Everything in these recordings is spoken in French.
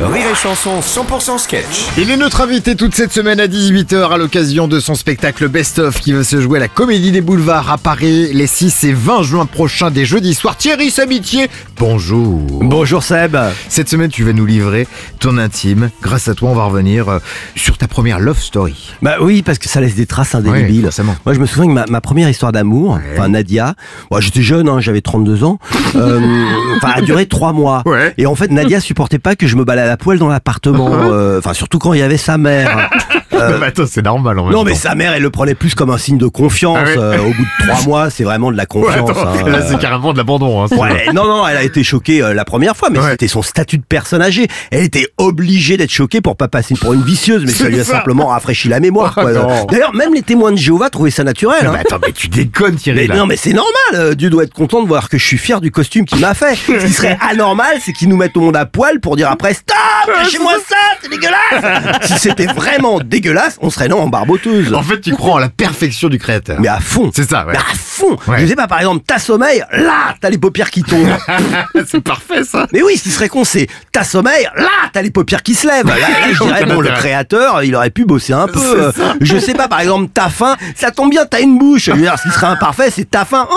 Rire et Chanson 100% sketch. Il est notre invité toute cette semaine à 18h à l'occasion de son spectacle Best of qui va se jouer à la Comédie des Boulevards à Paris les 6 et 20 juin prochains des jeudis soirs. Thierry Sabitier, bonjour. Bonjour Seb. Cette semaine, tu vas nous livrer ton intime. Grâce à toi, on va revenir euh, sur ta première love story. Bah oui, parce que ça laisse des traces Ouais, indélébiles. forcément. Moi, je me souviens que ma, ma première histoire d'amour, enfin Nadia, moi j'étais jeune, hein, j'avais 32 ans, euh, enfin a duré trois mois. Ouais. Uh-huh. Et en fait, Nadia supportait pas que je me balade à poil dans l'appartement, euh, enfin surtout quand il y avait sa mère. Euh, mais attends, c'est normal en même non temps. mais sa mère, elle le prenait plus comme un signe de confiance. Ah ouais. euh, au bout de trois mois, c'est vraiment de la Ouais, confiance. attends, hein, là, euh, c'est carrément de l'abandon. hein, c'est vrai. Ouais, non, non, elle a été choquée euh, la première fois, mais Ouais. c'était son statut de personne âgée. Elle était obligée d'être choquée pour pas passer pour une vicieuse, mais ça C'est lui a ça. Oh, simplement rafraîchi la mémoire. quoi. non. Ah D'ailleurs, même les témoins de Jéhovah trouvaient ça naturel. Mais hein. attends, mais tu déconnes, Thierry. Mais là. non, mais c'est normal. euh, Dieu doit être content de voir que je suis fier du costume qu'il m'a fait. Ce qui serait anormal, c'est qu'il nous mette au monde à poil pour dire après stop, Ah, lâchez-moi ça, c'est dégueulasse. si c'était vraiment dégueulasse, on serait non en barboteuse. En fait, tu crois en la perfection du créateur. Mais à fond. C'est ça, ouais. Mais à fond. Ouais. Je sais pas, par exemple, t'as sommeil, là, t'as les paupières qui tombent. c'est parfait, ça. Mais oui, ce qui serait con, c'est t'as sommeil, là, t'as les paupières qui se lèvent. Là, là, je dirais, bon, le créateur, il aurait pu bosser un peu. Euh, Je sais pas, par exemple, t'as faim, ça tombe bien, t'as une bouche. Je veux dire, ce qui serait imparfait, c'est t'as faim.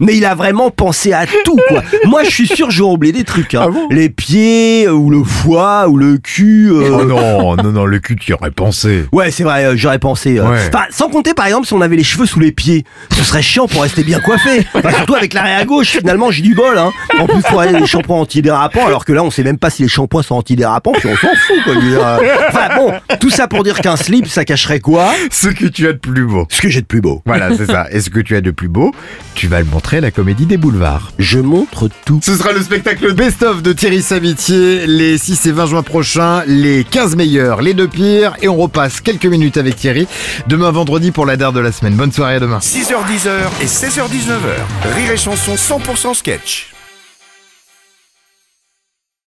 Mais il a vraiment pensé à tout, quoi. Moi, je suis sûr, j'aurais oublié des trucs. hein. Ah bon les pieds, euh, ou le foie, ou le cul. euh, Oh non, non, non, le cul, tu y aurais pensé. Ouais, c'est vrai, euh, j'aurais pensé. euh, Ouais. enfin, sans compter, par exemple, si on avait les cheveux sous les pieds, ce serait chiant pour rester bien coiffé. Enfin, surtout avec l'arrière à gauche, finalement, j'ai du bol. Hein. En plus, faut aller des shampoings antidérapants, alors que là, on sait même pas si les shampoings sont antidérapants, puis on s'en fout. Quoi, je veux dire, euh. Enfin bon, tout ça pour dire qu'un slip, ça cacherait quoi Ce que tu as de plus beau. Ce que j'ai de plus beau. Voilà, c'est ça. Et ce que tu as de plus beau, tu vas le montrer à la Comédie des Boulevards. Je montre tout. Ce sera le spectacle best-of de Thierry Savitier les 6 et 20 juin prochains, les 15 meilleurs, les deux pires, et on repasse quelques minutes avec Thierry demain vendredi pour la dare de la semaine. Bonne soirée à demain. 6h10h et 16h19h. Rire et Chanson 100% sketch.